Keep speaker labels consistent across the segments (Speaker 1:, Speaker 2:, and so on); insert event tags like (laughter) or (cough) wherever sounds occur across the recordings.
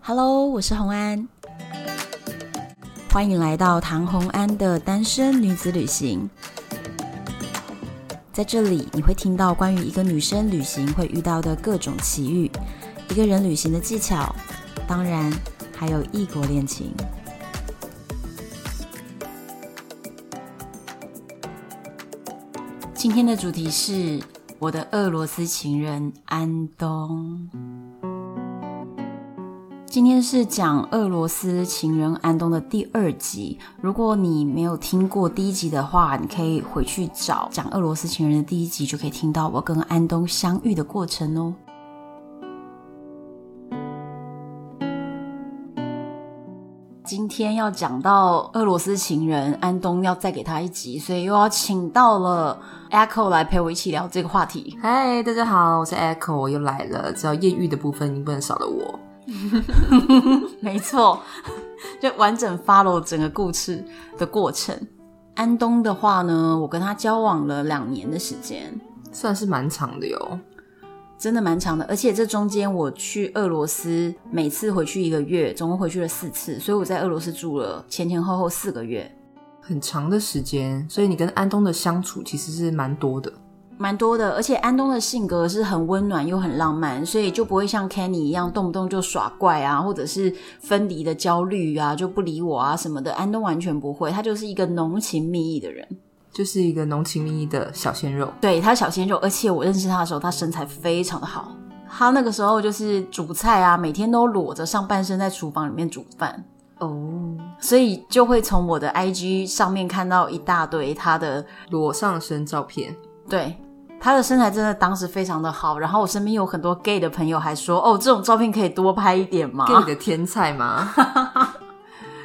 Speaker 1: Hello，我是红安，欢迎来到唐红安的单身女子旅行。在这里，你会听到关于一个女生旅行会遇到的各种奇遇，一个人旅行的技巧，当然还有异国恋情。今天的主题是我的俄罗斯情人安东。今天是讲俄罗斯情人安东的第二集。如果你没有听过第一集的话，你可以回去找讲俄罗斯情人的第一集，就可以听到我跟安东相遇的过程哦。今天要讲到俄罗斯情人安东，要再给他一集，所以又要请到了 Echo 来陪我一起聊这个话题。
Speaker 2: 嗨，大家好，我是 Echo，我又来了。只要艳遇的部分，你不能少了我。
Speaker 1: 没错， (laughs) 就完整 follow 整个故事的过程。安东的话呢，我跟他交往了两年的时间，
Speaker 2: 算是蛮长的哟。
Speaker 1: 真的蛮长的。而且这中间我去俄罗斯，每次回去一个月，总共回去了四次，所以我在俄罗斯住了前前后后四个月，
Speaker 2: 很长的时间，所以你跟安东的相处其实是蛮多的。
Speaker 1: 蛮多的。而且安东的性格是很温暖又很浪漫，所以就不会像 Kenny 一样动不动就耍怪啊，或者是分离的焦虑啊，就不理我啊什么的。安东完全不会，他就是一个浓情蜜意的人。
Speaker 2: 就是一个浓情蜜意的小鲜肉，
Speaker 1: 对他小鲜肉，而且我认识他的时候，他身材非常的好。他那个时候就是煮菜啊，每天都裸着上半身在厨房里面煮饭，
Speaker 2: 哦，
Speaker 1: 所以就会从我的 IG 上面看到一大堆他的，
Speaker 2: 裸上身照片，
Speaker 1: 对他的身材真的当时非常的好。然后我身边有很多 gay 的朋友还说，哦，这种照片可以多拍一点吗？
Speaker 2: 给你的天菜吗？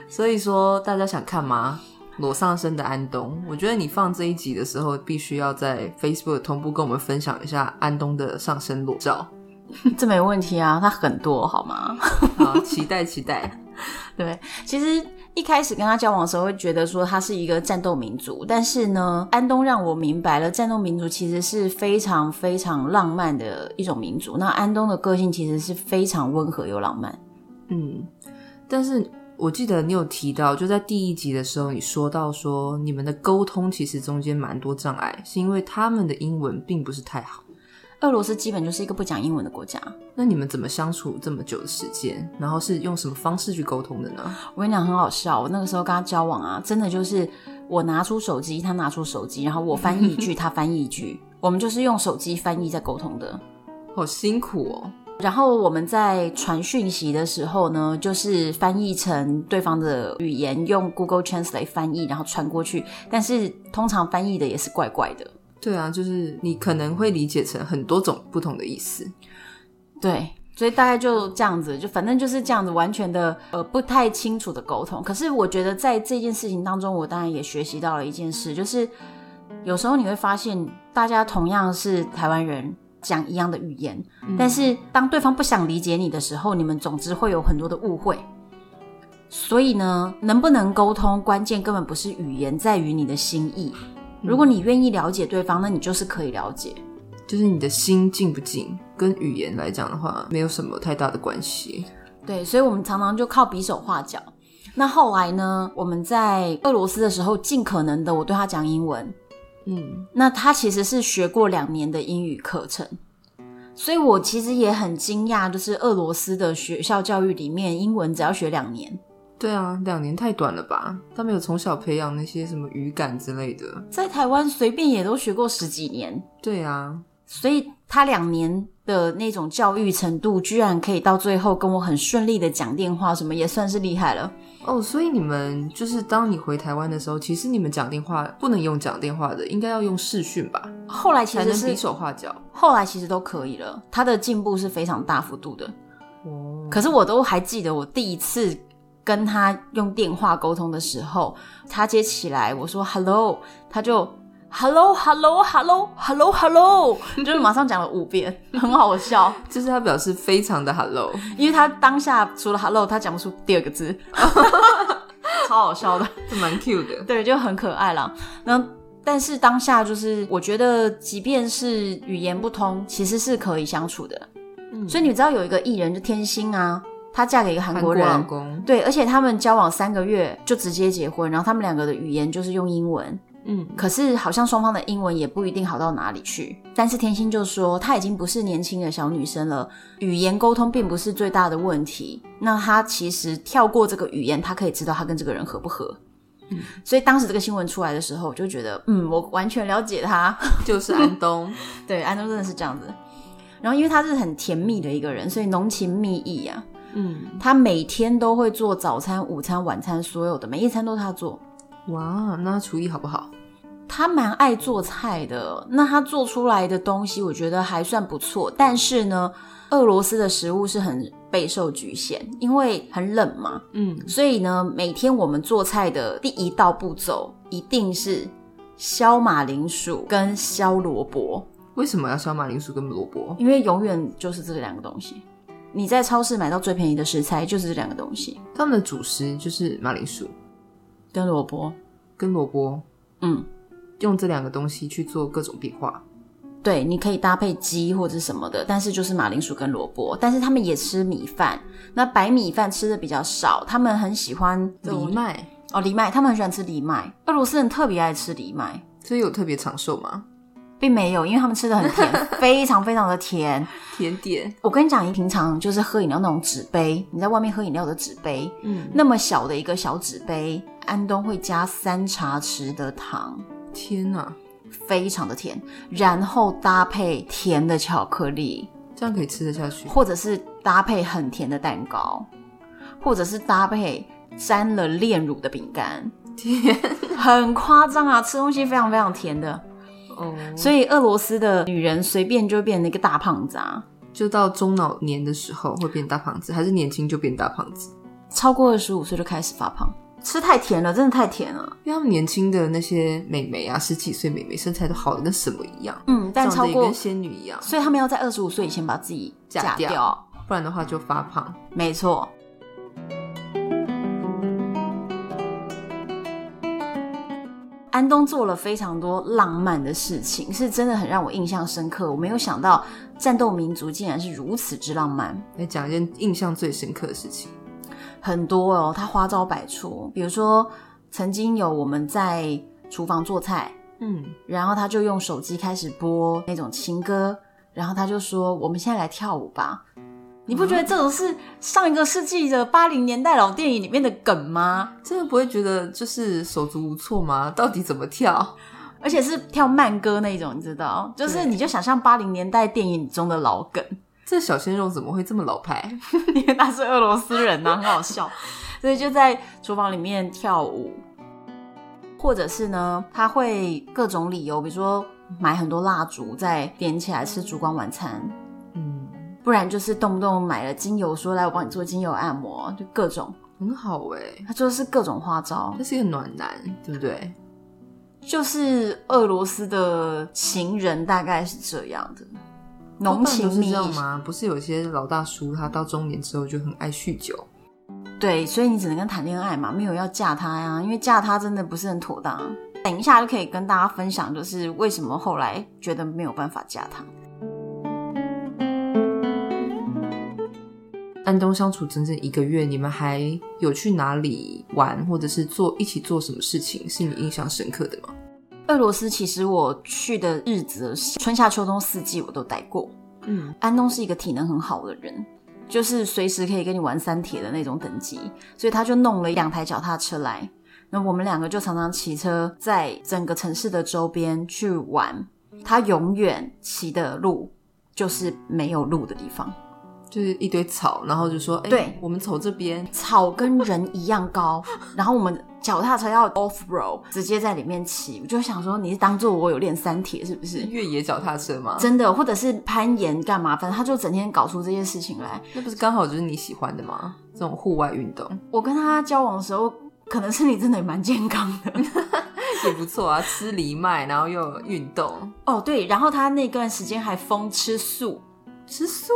Speaker 2: 所以说，大家想看吗？裸上身的安东，我觉得你放这一集的时候，必须要在 Facebook 同步跟我们分享一下安东的上身裸照。
Speaker 1: (laughs) 这没问题啊，他很多好吗？
Speaker 2: 好，期待期待。
Speaker 1: 对，其实一开始跟他交往的时候，会觉得说他是一个战斗民族，但是呢，安东让我明白了，战斗民族其实是非常非常浪漫的一种民族。那安东的个性其实是非常温和又浪漫，
Speaker 2: 嗯，但是我记得你有提到，就在第一集的时候，你说到说你们的沟通其实中间蛮多障碍，是因为他们的英文并不是太好。
Speaker 1: 俄罗斯基本就是一个不讲英文的国家。
Speaker 2: 那你们怎么相处这么久的时间？然后是用什么方式去沟通的呢？
Speaker 1: 我跟你讲，很好笑。我那个时候跟他交往啊，真的就是我拿出手机，他拿出手机，然后我翻译一句，他翻译一句，我们就是用手机翻译在沟通的。
Speaker 2: 好辛苦哦。
Speaker 1: 然后我们在传讯息的时候呢，就是翻译成对方的语言，用 Google Translate 翻译，然后传过去。但是通常翻译的也是怪怪的，
Speaker 2: 对啊，就是你可能会理解成很多种不同的意思。
Speaker 1: 对，所以大概就这样子，就反正就是这样子，完全的呃不太清楚的沟通。可是我觉得在这件事情当中，我当然也学习到了一件事，就是有时候你会发现，大家同样是台湾人。讲一样的语言，但是当对方不想理解你的时候，你们总之会有很多的误会。所以呢，能不能沟通，关键根本不是语言，在于你的心意。如果你愿意了解对方，那你就是可以了解。
Speaker 2: 就是你的心静不静，跟语言来讲的话，没有什么太大的关系。
Speaker 1: 对，所以我们常常就靠比手画脚。那后来呢，我们在俄罗斯的时候，尽可能的我对他讲英文，
Speaker 2: 嗯，
Speaker 1: 那他其实是学过两年的英语课程，所以我其实也很惊讶，就是俄罗斯的学校教育里面，英文只要学两年，
Speaker 2: 对啊，两年太短了吧？他们有从小培养那些什么语感之类的。
Speaker 1: 在台湾随便也都学过十几年，
Speaker 2: 对啊，
Speaker 1: 所以他两年的那种教育程度，居然可以到最后跟我很顺利的讲电话，什么也算是厉害了。
Speaker 2: 哦，所以你们就是当你回台湾的时候，其实你们讲电话不能用讲电话的，应该要用视讯吧，
Speaker 1: 后来其
Speaker 2: 才
Speaker 1: 实
Speaker 2: 能
Speaker 1: 是
Speaker 2: 比手画脚。
Speaker 1: 后来其实都可以了，他的进步是非常大幅度的。
Speaker 2: 哦，
Speaker 1: 可是我都还记得我第一次跟他用电话沟通的时候，他接起来我说 “hello”，他就 “hello hello hello hello hello”，就是 (laughs) 马上讲了五遍，很好笑，
Speaker 2: 就是他表示非常的 hello， (laughs)
Speaker 1: 因为他当下除了 “hello”，他讲不出第二个字， (laughs) 超好笑的。
Speaker 2: 这蛮 cute 的。
Speaker 1: 对，就很可爱啦。然后，但是当下就是，我觉得即便是语言不通，其实是可以相处的。
Speaker 2: 嗯
Speaker 1: 所以你知道有一个艺人就天心啊，她嫁给一个韩
Speaker 2: 韩
Speaker 1: 国人，
Speaker 2: 老公，
Speaker 1: 对，而且他们交往三个月就直接结婚，然后他们两个的语言就是用英文，
Speaker 2: 嗯，
Speaker 1: 可是好像双方的英文也不一定好到哪里去。但是甜心就说，她已经不是年轻的小女生了，语言沟通并不是最大的问题。那她其实跳过这个语言，她可以知道她跟这个人合不合。
Speaker 2: 嗯
Speaker 1: 所以当时这个新闻出来的时候，我就觉得，嗯，我完全了解她。
Speaker 2: 就是安
Speaker 1: (laughs)
Speaker 2: 东，
Speaker 1: 对，安东真的是这样子。然后，因为她是很甜蜜的一个人，所以浓情蜜意啊。
Speaker 2: 嗯，
Speaker 1: 他每天都会做早餐、午餐、晚餐，所有的每一餐都他做。
Speaker 2: 哇，那厨艺好不好？
Speaker 1: 他蛮爱做菜的，那他做出来的东西我觉得还算不错。但是呢，俄罗斯的食物是很备受局限，因为很冷嘛，
Speaker 2: 嗯，
Speaker 1: 所以呢，每天我们做菜的第一道步骤一定是削马铃薯跟削萝卜，
Speaker 2: 为什么要削马铃薯跟萝卜？
Speaker 1: 因为永远就是这两个东西。你在超市买到最便宜的食材就是这两个东西
Speaker 2: 他们的主食就是马铃薯
Speaker 1: 跟萝卜，
Speaker 2: 跟萝卜，
Speaker 1: 嗯。
Speaker 2: 用这两个东西去做各种变化。
Speaker 1: 对，你可以搭配鸡或者什么的，但是就是马铃薯跟萝卜，但是他们也吃米饭。那白米饭吃的比较少，他们很喜欢
Speaker 2: 藜
Speaker 1: 藜
Speaker 2: 麦，
Speaker 1: 哦，藜麦，他们很喜欢吃藜麦。俄罗斯人特别爱吃藜麦，
Speaker 2: 所以有特别长寿吗？
Speaker 1: 并没有，因为他们吃的很
Speaker 2: (laughs)
Speaker 1: 甜，非常非常的甜。
Speaker 2: 甜点，
Speaker 1: 我跟你讲，你平常就是喝饮料那种纸杯，你在外面喝饮料的纸杯，
Speaker 2: 嗯，
Speaker 1: 那么小的一个小纸杯，安东会加三茶匙的糖，
Speaker 2: 天哪，
Speaker 1: 非常的甜，然后搭配甜的巧克力。
Speaker 2: 这样可以吃得下去？
Speaker 1: 或者是搭配很甜的蛋糕，或者是搭配沾了炼乳的饼干，
Speaker 2: 天，
Speaker 1: 很夸张啊！吃东西非常非常甜的，
Speaker 2: 哦，
Speaker 1: 所以俄罗斯的女人随便就变成一个大胖子啊！
Speaker 2: 就到中老年的时候会变大胖子，还是年轻就变大胖子？
Speaker 1: 超过二十五岁就开始发胖，吃太甜了，真的太甜了。
Speaker 2: 因为他们年轻的那些美眉啊，十几岁美眉身材都好的跟什么一样，
Speaker 1: 嗯，但
Speaker 2: 长
Speaker 1: 超
Speaker 2: 得也
Speaker 1: 过
Speaker 2: 跟，仙女一样，
Speaker 1: 所以他们要在二十五岁以前把自己
Speaker 2: 嫁
Speaker 1: 嫁
Speaker 2: 掉
Speaker 1: 掉
Speaker 2: 不然的话就发胖。
Speaker 1: 没错。安东做了非常多浪漫的事情，是真的很让我印象深刻。我没有想到战斗民族竟然是如此之浪漫，
Speaker 2: 来讲一件印象最深刻的事情，
Speaker 1: 很多哦，他花招百出。比如说，曾经有我们在厨房做菜，
Speaker 2: 嗯，
Speaker 1: 然后他就用手机开始播那种情歌，然后他就说：“我们现在来跳舞吧。”你不觉得这种是上一个世纪的八零年代老电影里面的梗吗？
Speaker 2: 真的不会觉得就是手足无措吗？到底怎么跳？
Speaker 1: 而且是跳慢歌那种，你知道？就是
Speaker 2: 对
Speaker 1: 你就想象八零年代电影中的老梗， (laughs)
Speaker 2: 这小鲜肉怎么会这么老牌？
Speaker 1: 因为他是俄罗斯人呐、很好笑，所以就在厨房里面跳舞，或者是呢，他会各种理由，比如说买很多蜡烛，再点起来吃烛光晚餐，
Speaker 2: 嗯，
Speaker 1: 不然就是动不动买了精油，说来我帮你做精油按摩，就各种，
Speaker 2: 很好哎、
Speaker 1: 他就是各种花招
Speaker 2: 他，是一个暖男，对不对？
Speaker 1: 就是俄罗斯的情人大概是这样的，浓情
Speaker 2: 多半都是
Speaker 1: 蜜
Speaker 2: 这样
Speaker 1: 意。
Speaker 2: 吗？不是有些老大叔他到中年之后就很爱酗酒，
Speaker 1: 对，所以你只能跟他谈恋爱嘛，没有要嫁他呀，因为嫁他真的不是很妥当。等一下就可以跟大家分享，就是为什么后来觉得没有办法嫁他。
Speaker 2: 安东相处整整一个月，你们还有去哪里玩，或者是做一起做什么事情是你印象深刻的吗？
Speaker 1: 俄罗斯其实我去的日子，春夏秋冬四季我都待过。
Speaker 2: 嗯，
Speaker 1: 安东是一个体能很好的人，就是随时可以跟你玩三铁的那种等级，所以他就弄了两台脚踏车来。那我们两个就常常骑车在整个城市的周边去玩。他永远骑的路就是没有路的地方，
Speaker 2: 就是一堆草，然后就说，哎、
Speaker 1: 对
Speaker 2: 我们走这边，
Speaker 1: 草跟人一样高，然后我们脚踏车要 off road，直接在里面骑。我就想说，你是当做我有练三铁是不
Speaker 2: 是
Speaker 1: 是？
Speaker 2: 越野脚踏车吗？
Speaker 1: 真的，或者是攀岩干嘛？反正他就整天搞出这些事情来。
Speaker 2: 那不是刚好就是你喜欢的吗？这种户外
Speaker 1: (laughs)
Speaker 2: 运动
Speaker 1: 我跟他交往的时候，可能身体真的也蛮健康的。 (laughs)
Speaker 2: 也不错啊，吃藜麦，然后又有运动，
Speaker 1: 哦，对，然后他那段时间还疯吃素。
Speaker 2: 吃素。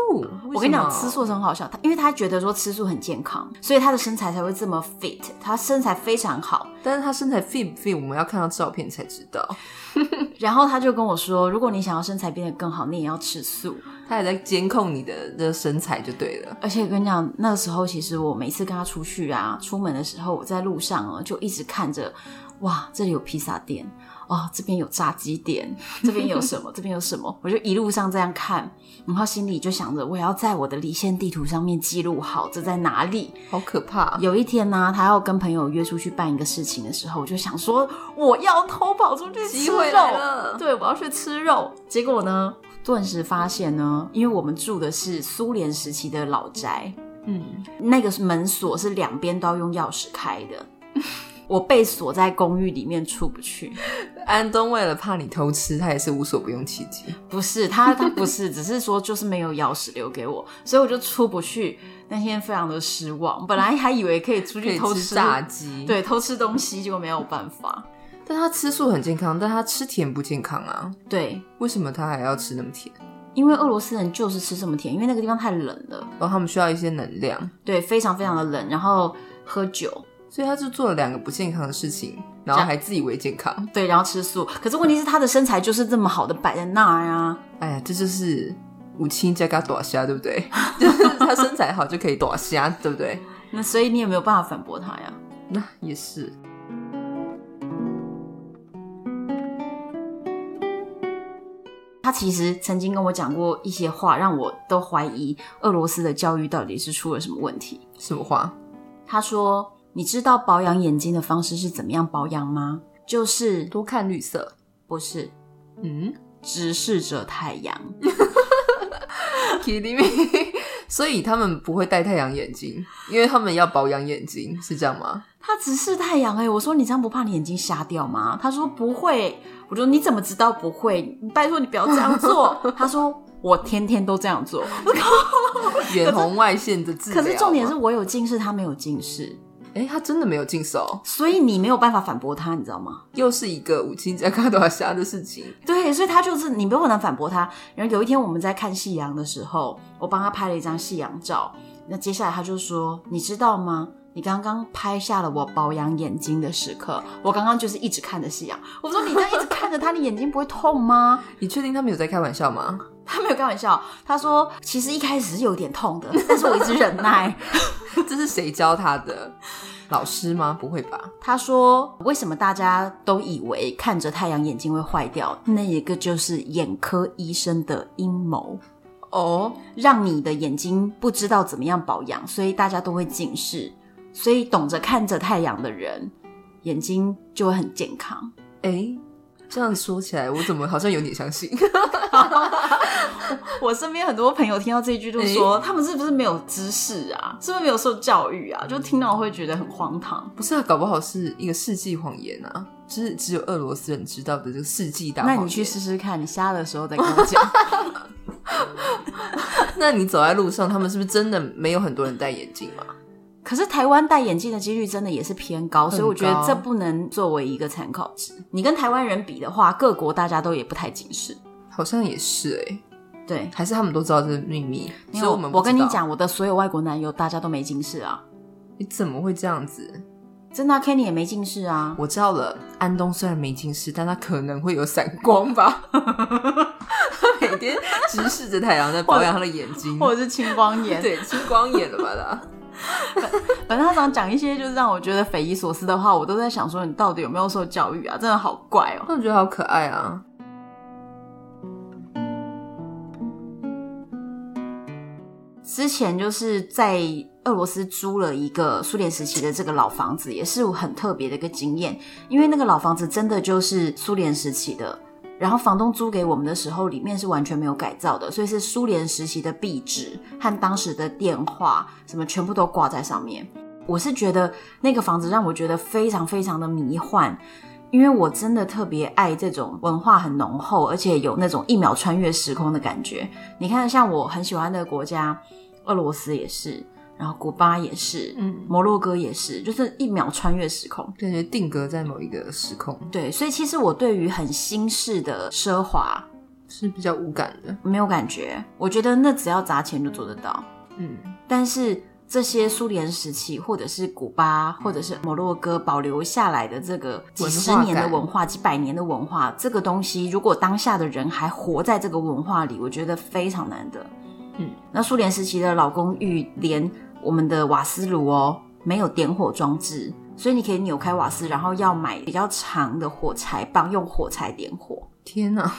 Speaker 1: 我跟你讲，吃素是很好笑，他因为他觉得说吃素很健康，所以他的身材才会这么 fit，他身材非常好。
Speaker 2: 但是他身材 fit 不 fit，我们要看到照片才知道。
Speaker 1: 然后他就跟我说，如果你想要身材变得更好，你也要吃素。
Speaker 2: 他也在监控你的这身材就对了。
Speaker 1: 而且我跟你讲，那个时候其实我每次跟他出去啊，出门的时候，我在路上哦，就一直看着，哇，这里有披萨店，哦，这边有炸鸡店，这边有什么，这边有什么，我就一路上这样看，然后心里就想着，我也要在我的离线地图上面记录好这在哪里。
Speaker 2: 好可怕！
Speaker 1: 有一天呢、他要跟朋友约出去办一个事情的时候，我就想说，我要偷跑出去吃
Speaker 2: 机会
Speaker 1: 肉
Speaker 2: 来，了
Speaker 1: 对，我要去吃肉。结果呢，顿时发现呢，因为我们住的是苏联时期的老宅，
Speaker 2: 嗯，
Speaker 1: 那个门锁是两边都要用钥匙开的。 (laughs) 我被锁在公寓里面出不去，
Speaker 2: 安东为了怕你偷吃，他也是无所不用其极。
Speaker 1: 不是他，他不是，只是说就是没有钥匙留给我，所以我就出不去。那天非常的失望，本来还以为可以出
Speaker 2: 可
Speaker 1: 去
Speaker 2: 以
Speaker 1: 偷
Speaker 2: 吃炸鸡，，
Speaker 1: 对，偷吃东西，结果没有办法。
Speaker 2: 但他吃素很健康，但他吃甜不健康啊？
Speaker 1: 对，
Speaker 2: 为什么他还要吃那么甜？
Speaker 1: 因为俄罗斯人就是吃这么甜，因为那个地方太冷了，
Speaker 2: 然后他们需要一些能量，
Speaker 1: 对，非常非常的冷，然后喝酒，
Speaker 2: 所以他就做了两个不健康的事情，然后还自以为健康。
Speaker 1: 对，然后吃素。可是问题是他的身材就是这么好的摆在那儿啊，
Speaker 2: 哎呀，这就是五七加嘎短虾，对不对？ (laughs) 就是他身材好就可以短虾，对不对？
Speaker 1: 那所以你也没有办法反驳他呀。
Speaker 2: 那也是。
Speaker 1: 他其实曾经跟我讲过一些话，让我都怀疑俄罗斯的教育到底是出了什么问题。
Speaker 2: 什么话？
Speaker 1: 他说：“你知道保养眼睛的方式是怎么样保养吗？就是
Speaker 2: 多看绿色。
Speaker 1: 不是
Speaker 2: 嗯
Speaker 1: 直视着太阳。
Speaker 2: ，kidding me。所以他们不会戴太阳眼镜，因为他们要保养眼睛，是这样吗？
Speaker 1: 他直视太阳哎、我说你这样不怕你眼睛瞎掉吗？他说不会，我说你怎么知道不会？拜托你不要这样做。 (laughs) 他说我天天都这样做，
Speaker 2: 远红外线的治
Speaker 1: 可
Speaker 2: 疗吗。
Speaker 1: 是重点是我有近视，他没有近视，
Speaker 2: 哎、他真的没有近视哦，
Speaker 1: 所以你没有办法反驳他，你知道吗？
Speaker 2: 又是一个五金加卡多虾的事情。
Speaker 1: 对，所以他就是你没有办法反驳他。然后有一天我们在看夕阳的时候，我帮他拍了一张夕阳照。那接下来他就说：“你知道吗？你刚刚拍下了我保养眼睛的时刻。我刚刚就是一直看着夕阳。”我说：“你这样一直看着他，你眼睛不会痛吗？” (laughs)
Speaker 2: 你确定他们有在开玩笑吗？
Speaker 1: 他没有开玩笑，他说其实一开始是有点痛的，但是我一直忍耐。
Speaker 2: 这是谁教他的？老师吗？不会吧？
Speaker 1: 他说为什么大家都以为看着太阳眼睛会坏掉？那一个就是眼科医生的阴谋，
Speaker 2: 哦，
Speaker 1: 让你的眼睛不知道怎么样保养，所以大家都会近视。所以懂着看着太阳的人，眼睛就会很健康。
Speaker 2: 哎，这样说起来，我怎么好像有点相信？
Speaker 1: 我身边很多朋友听到这一句就说，他们是不是没有知识啊？是不是没有受教育啊？就听到会觉得很荒唐。
Speaker 2: 不是啊，搞不好是一个世纪谎言啊，就是只有俄罗斯人知道的这个世纪大谎
Speaker 1: 那
Speaker 2: 言。
Speaker 1: 你去试试看，你瞎的时候再跟我讲。
Speaker 2: (laughs) 那你走在路上，他们是不是真的没有很多人戴眼镜嘛？
Speaker 1: 可是台湾戴眼镜的几率真的也是偏高，所以我觉得这不能作为一个参考值。你跟台湾人比的话，各国大家都也不太近视。
Speaker 2: 好像也是哎、
Speaker 1: 对，
Speaker 2: 还是他们都知道这是秘密，
Speaker 1: 因为
Speaker 2: 所以我们
Speaker 1: 我跟你
Speaker 2: 不知道，
Speaker 1: 讲，我的所有外国男友大家都没近视啊，
Speaker 2: 你怎么会这样子？
Speaker 1: 真的、啊、，Kenny 也没近视
Speaker 2: (laughs)
Speaker 1: 啊。
Speaker 2: 我知道了，安东虽然没近视，但他可能会有散光吧。 (laughs) 他每天直视着太阳，在保养他的眼睛，
Speaker 1: 者是青光眼对，
Speaker 2: 对，青光眼了吧他？
Speaker 1: 反正他常讲一些就是让我觉得匪夷所思的话，我都在想说你到底有没有受教育啊？真的好怪哦。
Speaker 2: 但我觉得好可爱啊。
Speaker 1: 之前就是在俄罗斯租了一个苏联时期的这个老房子，也是很特别的一个经验，因为那个老房子真的就是苏联时期的。然后房东租给我们的时候，里面是完全没有改造的，所以是苏联时期的壁纸和当时的电话什么全部都挂在上面。我是觉得那个房子让我觉得非常非常的迷幻，因为我真的特别爱这种文化很浓厚，而且有那种一秒穿越时空的感觉。你看，像我很喜欢的国家，俄罗斯也是，然后古巴也是，
Speaker 2: 嗯
Speaker 1: 摩洛哥也是，就是一秒穿越时空。
Speaker 2: 感觉定格在某一个时空
Speaker 1: 对，所以其实我对于很新式的奢华
Speaker 2: 是比较无感的。
Speaker 1: 没有感觉，我觉得那只要砸钱就做得到。
Speaker 2: 嗯，
Speaker 1: 但是这些苏联时期，或者是古巴，或者是摩洛哥保留下来的这个几十年的
Speaker 2: 文化感
Speaker 1: 文化、几百年的文化，这个东西，如果当下的人还活在这个文化里，我觉得非常难得。
Speaker 2: 嗯，
Speaker 1: 那苏联时期的老公寓，连我们的瓦斯炉哦，没有点火装置，所以你可以扭开瓦斯，然后要买比较长的火柴棒，用火柴点火。
Speaker 2: 天哪，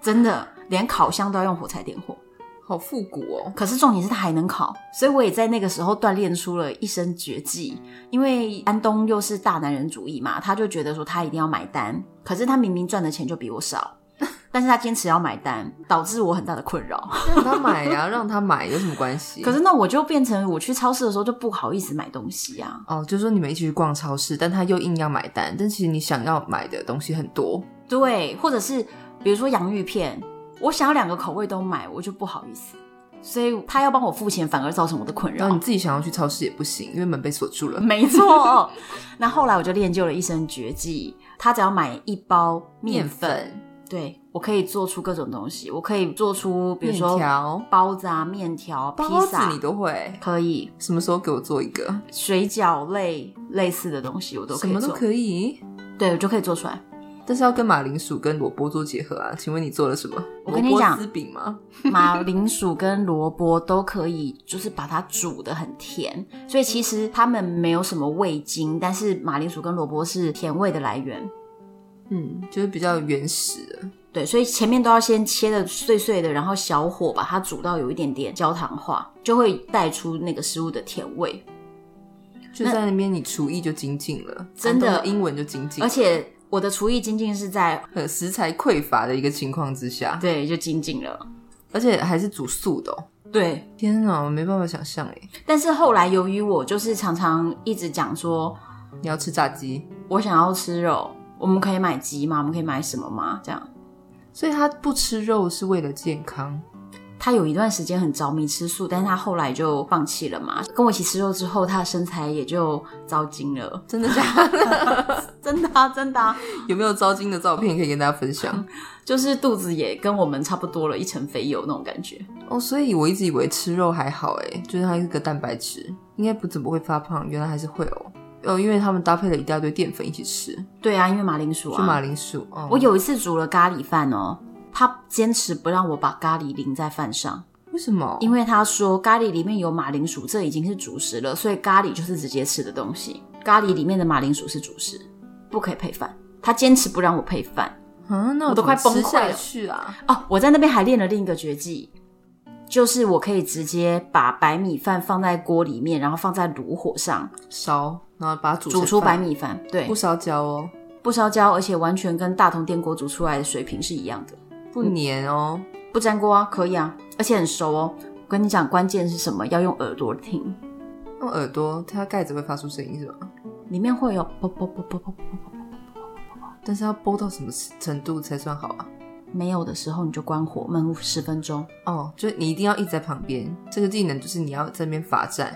Speaker 1: 真的连烤箱都要用火柴点火。
Speaker 2: 好复古哦！
Speaker 1: 可是重点是它还能烤，所以我也在那个时候锻炼出了一身绝技。因为安东又是大男人主义嘛，他就觉得说他一定要买单，可是他明明赚的钱就比我少， (laughs) 但是他坚持要买单，导致我很大的困扰。
Speaker 2: 让他买呀、让他买有什么关
Speaker 1: (laughs)
Speaker 2: 系？
Speaker 1: 可是那我就变成我去超市的时候就不好意思买东西啊。
Speaker 2: 哦，就是说你们一起去逛超市，但他又硬要买单，但其实你想要买的东西很多。
Speaker 1: 对，或者是比如说洋芋片，我想要两个口味都买，我就不好意思，所以他要帮我付钱，反而造成我的困扰。
Speaker 2: 然后你自己想要去超市也不行，因为门被锁住了。
Speaker 1: 没错。 (laughs) 那后来我就练就了一身绝技，他只要买一包面粉，对我可以做出各种东西，我可以做出比如
Speaker 2: 面
Speaker 1: 说
Speaker 2: 条、
Speaker 1: 包子啊、面条、披
Speaker 2: 包子
Speaker 1: 萨，
Speaker 2: 你都会，
Speaker 1: 可以，
Speaker 2: 什么时候给我做一个？
Speaker 1: 水饺类类似的东西我都
Speaker 2: 什
Speaker 1: 可以
Speaker 2: 么都
Speaker 1: 做，
Speaker 2: 可以，
Speaker 1: 对我就可以做出来。
Speaker 2: 但是要跟马铃薯跟萝卜做结合啊。请问你做了什么？
Speaker 1: 我跟你
Speaker 2: 萝卜
Speaker 1: 讲
Speaker 2: 丝饼吗？
Speaker 1: 马铃薯跟萝卜都可以，就是把它煮的很甜，所以其实它们没有什么味精，但是马铃薯跟萝卜是甜味的来源。
Speaker 2: 嗯，就是比较原始的。
Speaker 1: 对，所以前面都要先切的碎碎的，然后小火把它煮到有一点点焦糖化，就会带出那个食物的甜味。
Speaker 2: 就在那边，你厨艺就精进了，
Speaker 1: 真的
Speaker 2: 广东英文就精进了，
Speaker 1: 而且我的厨艺仅仅是在
Speaker 2: 呃食材匮乏的一个情况之下，
Speaker 1: 对就精进了，
Speaker 2: 而且还是煮素的、哦。
Speaker 1: 对。
Speaker 2: 天啊，我没办法想象哎！
Speaker 1: 但是后来由于我就是常常一直讲说
Speaker 2: 你要吃炸鸡，
Speaker 1: 我想要吃肉，我们可以买鸡吗？我们可以买什么吗？这样，
Speaker 2: 所以他不吃肉是为了健康。
Speaker 1: 他有一段时间很着迷吃素，但是他后来就放弃了嘛。跟我一起吃肉之后，他的身材也就糟精了，
Speaker 2: 真的 (laughs) 假的？
Speaker 1: (laughs) 真的啊，真的啊。
Speaker 2: 有没有糟心的照片可以跟大家分享？
Speaker 1: 就是肚子也跟我们差不多了，一层肥油那种感觉。
Speaker 2: 哦，所以我一直以为吃肉还好哎，就是它是个蛋白质，应该不怎么会发胖，原来还是会哦。哦，因为他们搭配了一大堆淀粉一起吃，
Speaker 1: 对啊，因为马铃薯
Speaker 2: 就
Speaker 1: 啊，
Speaker 2: 马铃薯。哦，
Speaker 1: 我有一次煮了咖喱饭哦，他坚持不让我把咖喱淋在饭上，
Speaker 2: 为什么？
Speaker 1: 因为他说咖喱里面有马铃薯，这已经是主食了，所以咖喱就是直接吃的东西，咖喱里面的马铃薯是主食，不可以配饭。他坚持不让我配饭
Speaker 2: 啊，那
Speaker 1: 我都快
Speaker 2: 怎么吃
Speaker 1: 崩溃
Speaker 2: 下
Speaker 1: 了
Speaker 2: 去啊！
Speaker 1: 哦，我在那边还练了另一个绝技。就是我可以直接把白米饭放在锅里面，然后放在炉火上
Speaker 2: 烧，然后把它煮
Speaker 1: 煮
Speaker 2: 煮
Speaker 1: 出白，米饭。对，
Speaker 2: 不烧焦哦，
Speaker 1: 不烧焦，而且完全跟大同电锅煮出来的水平是一样的，
Speaker 2: 不
Speaker 1: 嗯
Speaker 2: 粘哦。
Speaker 1: 不粘锅啊，可以啊，而且很熟哦。我跟你讲，关键是什么？要用耳朵听，
Speaker 2: 用耳朵，它盖子会发出声音是吧？
Speaker 1: 里面会有啵啵啵啵啵啵啵
Speaker 2: 但是要剥到什么程度才算好啊？
Speaker 1: 没有的时候你就关火焖十分钟。
Speaker 2: 哦，就你一定要一直在旁边。这个技能就是你要在那边罚站。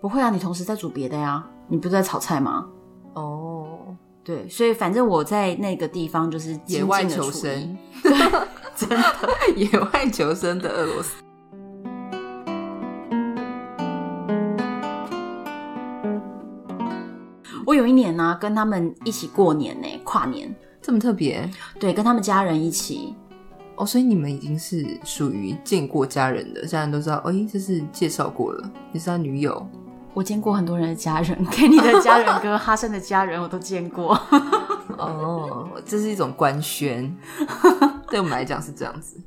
Speaker 1: 不会啊，你同时在煮别的呀、你不是在炒菜吗？
Speaker 2: 哦，
Speaker 1: 对，所以反正我在那个地方就是精进
Speaker 2: 野
Speaker 1: 地
Speaker 2: 外
Speaker 1: 厨
Speaker 2: 求
Speaker 1: 艺
Speaker 2: 生， (laughs) 对，真的野外求生的俄罗斯。
Speaker 1: 我有一年呢、跟他们一起过年呢、跨年，
Speaker 2: 这么特别
Speaker 1: 对，跟他们家人一起，
Speaker 2: 哦，所以你们已经是属于见过家人的，家人都知道，哎、这是介绍过了，你是他女友，
Speaker 1: 我见过很多人的家人，k (laughs) e n n y 的家人跟哈森的家人我都见过。
Speaker 2: 哦，这是一种官 (laughs) 宣，对我们来讲是这样子，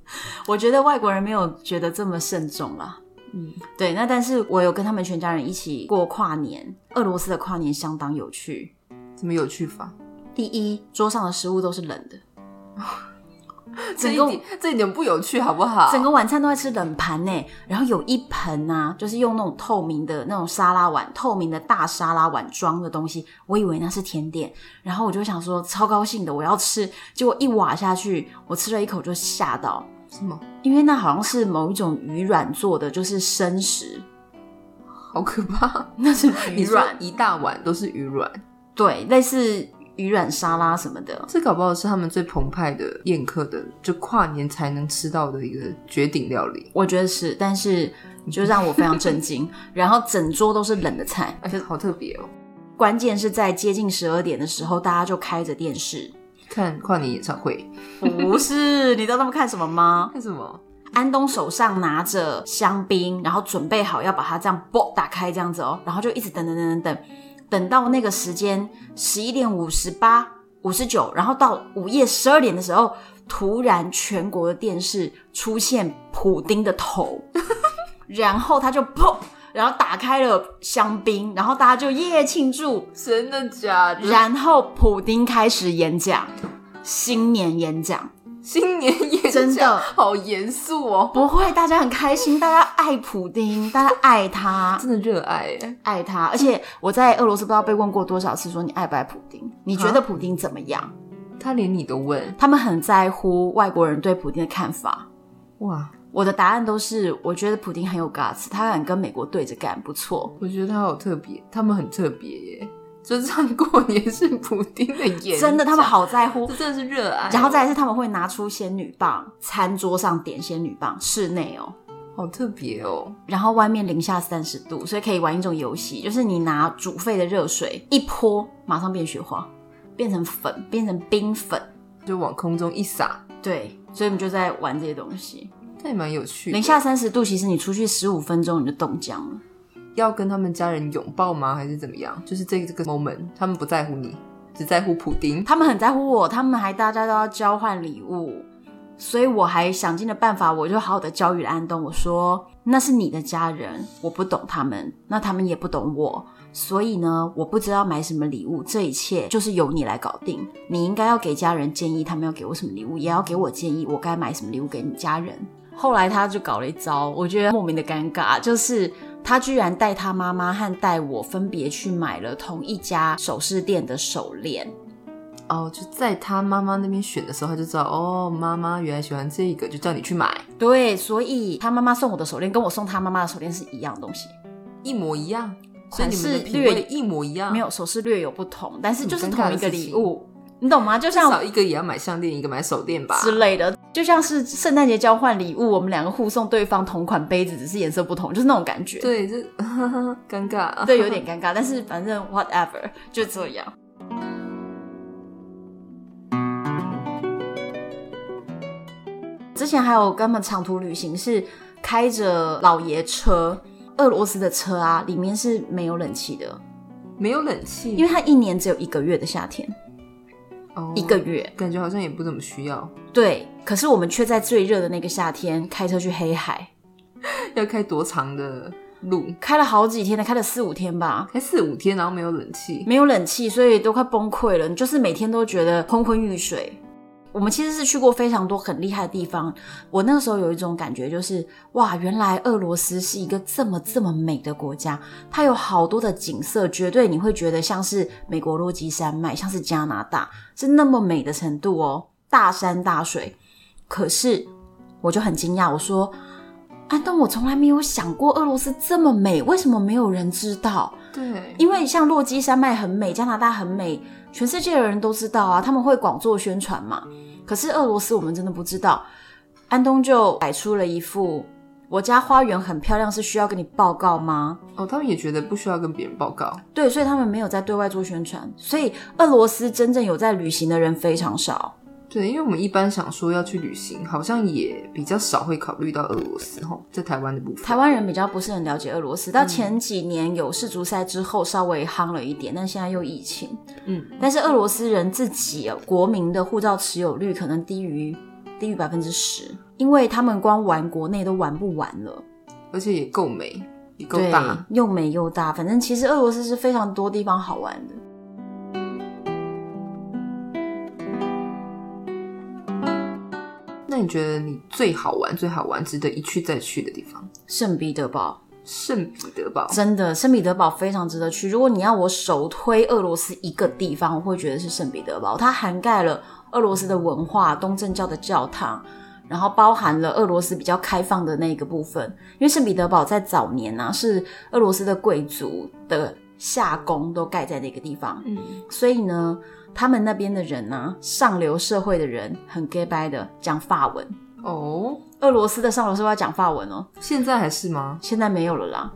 Speaker 1: 我觉得外国人没有觉得这么慎重啦。
Speaker 2: 嗯，
Speaker 1: 对，那但是我有跟他们全家人一起过跨年，俄罗斯的跨年相当有趣。
Speaker 2: 怎么有趣法？
Speaker 1: 第一，桌上的食物都是冷的，整
Speaker 2: 这一
Speaker 1: 个
Speaker 2: 点这一点不有趣，好不好？
Speaker 1: 整个晚餐都在吃冷盘呢。然后有一盆啊，就是用那种透明的那种沙拉碗，透明的大沙拉碗装的东西，我以为那是甜点，然后我就想说超高兴的，我要吃。结果一挖下去，我吃了一口就吓到，
Speaker 2: 什么？
Speaker 1: 因为那好像是某一种鱼卵做的，就是生食。
Speaker 2: 好可怕！ (laughs)
Speaker 1: 那是
Speaker 2: 你
Speaker 1: 鱼
Speaker 2: 说
Speaker 1: 软，
Speaker 2: 一大碗都是鱼卵，
Speaker 1: 对，类似鱼软沙拉什么的。
Speaker 2: 这搞不好是他们最澎湃的宴客的，就跨年才能吃到的一个绝顶料理。
Speaker 1: 我觉得是，但是就让我非常震惊。然后整桌都是冷的菜，
Speaker 2: 而且好特别哦，
Speaker 1: 关键是在接近十二点的时候，大家就开着电视。
Speaker 2: 看跨年演唱会，
Speaker 1: 不是，你知道他们看什么吗？
Speaker 2: 看什么？
Speaker 1: 安东手上拿着香槟，然后准备好要把它这样啵打开这样子哦，然后就一直等等等等等，等到那个时间十一点五十八、五十九，然后到午夜十二点的时候，突然全国的电视出现普丁的头， (laughs) 然后他就砰，然后打开了香槟，然后大家就耶庆祝，
Speaker 2: 真的假的？
Speaker 1: 然后普丁开始演讲，新年演讲。
Speaker 2: (laughs) 新年演讲
Speaker 1: 真的
Speaker 2: 好严肃哦，
Speaker 1: 不会，大家很开心，大家爱普丁，大家爱他，
Speaker 2: 真的热爱耶。
Speaker 1: 爱他。而且我在俄罗斯不知道被问过多少次，说你爱不爱普丁？你觉得普丁怎么样？
Speaker 2: 他连你都问，
Speaker 1: 他们很在乎外国人对普丁的看法。
Speaker 2: 哇！
Speaker 1: 我的答案都是，我觉得普丁很有 guts，他敢跟美国对着干，不错。
Speaker 2: 我觉得他好特别，他们很特别耶，就像过年是普丁的 (laughs) 演，
Speaker 1: 真的，他们，好在乎
Speaker 2: 这。真的是热爱哦，
Speaker 1: 然后再来是他们会拿出仙女棒，餐桌上点仙女棒，室内哦。
Speaker 2: 好特别哦，
Speaker 1: 然后外面零下三十度，所以可以玩一种游戏，就是你拿煮沸的热水一泼，马上变雪花，变成粉，变成冰粉。
Speaker 2: 就往空中一撒，
Speaker 1: 对，所以我们就在玩这些东西。
Speaker 2: 这也蛮有趣的。
Speaker 1: 零下三十度，其实你出去十五分钟你就冻僵了。
Speaker 2: 要跟他们家人拥抱吗？还是怎么样？就是这这个 moment，他们不在乎你，只在乎普丁。
Speaker 1: 他们很在乎我，他们还大家都要交换礼物，所以我还想尽了办法，我就好好的教育了安东。我说那是你的家人，我不懂他们，那他们也不懂我，所以呢，我不知道买什么礼物，这一切就是由你来搞定。你应该要给家人建议，他们要给我什么礼物，也要给我建议，我该买什么礼物给你家人。后来他就搞了一招，我觉得莫名的尴尬，就是他居然带他妈妈和带我分别去买了同一家首饰店的手链。
Speaker 2: 哦，就在他妈妈那边选的时候，他就知道哦，妈妈原来喜欢这个，就叫你去买，
Speaker 1: 对，所以他妈妈送我的手链跟我送他妈妈的手链是一样的东西，
Speaker 2: 一模一样。所以
Speaker 1: 款
Speaker 2: 你
Speaker 1: 式
Speaker 2: 们的品
Speaker 1: 略
Speaker 2: 味一模一样，
Speaker 1: 没有首饰略有不同，但是就是
Speaker 2: 嗯很尴
Speaker 1: 同
Speaker 2: 尬
Speaker 1: 一
Speaker 2: 的
Speaker 1: 个
Speaker 2: 事
Speaker 1: 礼
Speaker 2: 情
Speaker 1: 物，你懂吗？就
Speaker 2: 至少
Speaker 1: 像
Speaker 2: 一个也要买项链，一个买手链吧。
Speaker 1: 之类的，就像是圣诞节交换礼物，我们两个互送对方同款杯子，只是颜色不同，就是那种感觉。
Speaker 2: 对，这 (laughs) 尴 (laughs) 尬。
Speaker 1: 对，有点尴尬，但是反正 whatever 就这样。之前还有跟他们长途旅行是开着老爷车，俄罗斯的车啊，里面是没有冷气的，
Speaker 2: 没有冷气，
Speaker 1: 因为它一年只有一个月的夏天，
Speaker 2: 哦
Speaker 1: 一个月。
Speaker 2: 感觉好像也不怎么需要，
Speaker 1: 对，可是我们却在最热的那个夏天开车去黑海，
Speaker 2: 要开多长的路？
Speaker 1: 开了好几天的，开了四五天吧，
Speaker 2: 开四五天，然后没有冷气，
Speaker 1: 没有冷气，所以都快崩溃了。你就是每天都觉得昏昏欲睡。我们其实是去过非常多很厉害的地方。我那个时候有一种感觉，就是哇，原来俄罗斯是一个这么这么美的国家，它有好多的景色，绝对你会觉得像是美国落基山脉，像是加拿大，是那么美的程度哦，大山大水。可是我就很惊讶，我说安东，啊我从来没有想过俄罗斯这么美，为什么没有人知道？
Speaker 2: 对，
Speaker 1: 因为像洛基山脉很美，加拿大很美，全世界的人都知道啊，他们会广做宣传嘛。可是俄罗斯我们真的不知道。安东就摆出了一副我家花园很漂亮，是需要跟你报告吗？
Speaker 2: 哦，他们也觉得不需要跟别人报告，
Speaker 1: 对，所以他们没有在对外做宣传，所以俄罗斯真正有在旅行的人非常少。
Speaker 2: 对，因为我们一般想说要去旅行，好像也比较少会考虑到俄罗斯吼，在台湾的部分。
Speaker 1: 台湾人比较不是很了解俄罗斯，到前几年有世足赛之后稍微夯了一点，但现在又疫情。
Speaker 2: 嗯，
Speaker 1: 但是俄罗斯人自己呃国民的护照持有率可能低于低于百分之十，因为他们光玩国内都玩不完了。
Speaker 2: 而且也够美，也够
Speaker 1: 对
Speaker 2: 大，，
Speaker 1: 又美又大，反正其实俄罗斯是非常多地方好玩的。
Speaker 2: 那你觉得你最好玩、最好玩、值得一去再去的地方？
Speaker 1: 圣彼得堡
Speaker 2: 圣彼得堡，
Speaker 1: 真的，圣彼得堡非常值得去。如果你要我首推俄罗斯一个地方，我会觉得是圣彼得堡。它涵盖了俄罗斯的文化、东正教的教堂，然后包含了俄罗斯比较开放的那个部分。因为圣彼得堡在早年呢、是俄罗斯的贵族的下宫都盖在那个地方，
Speaker 2: 嗯，
Speaker 1: 所以啊呢，他们那边的人呢、上流社会的人很 gay 掰的讲法文，
Speaker 2: 哦，
Speaker 1: 俄罗斯的上流社会要讲法文哦，
Speaker 2: 现在还是吗？
Speaker 1: 现在没有了啦。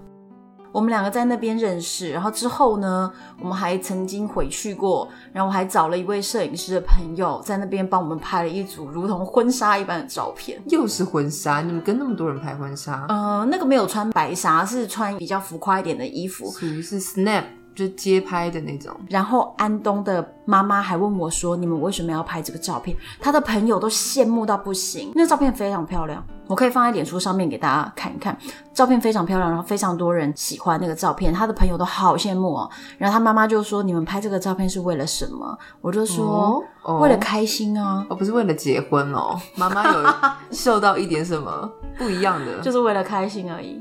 Speaker 1: 我们两个在那边认识，然后之后呢，我们还曾经回去过，然后我还找了一位摄影师的朋友在那边帮我们拍了一组如同婚纱一般的照片。
Speaker 2: 又是婚纱，你们跟那么多人拍婚纱，
Speaker 1: 呃，那个没有穿白纱，是穿比较浮夸一点的衣服。
Speaker 2: 属于是 snap 就街拍的那种。
Speaker 1: 然后安东的妈妈还问我说：“你们为什么要拍这个照片？”他的朋友都羡慕到不行，那照片非常漂亮，我可以放在脸书上面给大家看一看。照片非常漂亮，然后非常多人喜欢那个照片，他的朋友都好羡慕哦。然后他妈妈就说：“你们拍这个照片是为了什么？”我就说：“
Speaker 2: 哦
Speaker 1: 为了开心啊，
Speaker 2: 哦，不是为了结婚哦，妈
Speaker 1: (laughs)
Speaker 2: 妈有受到一点什么不一样的，
Speaker 1: 就是为了开心而已。”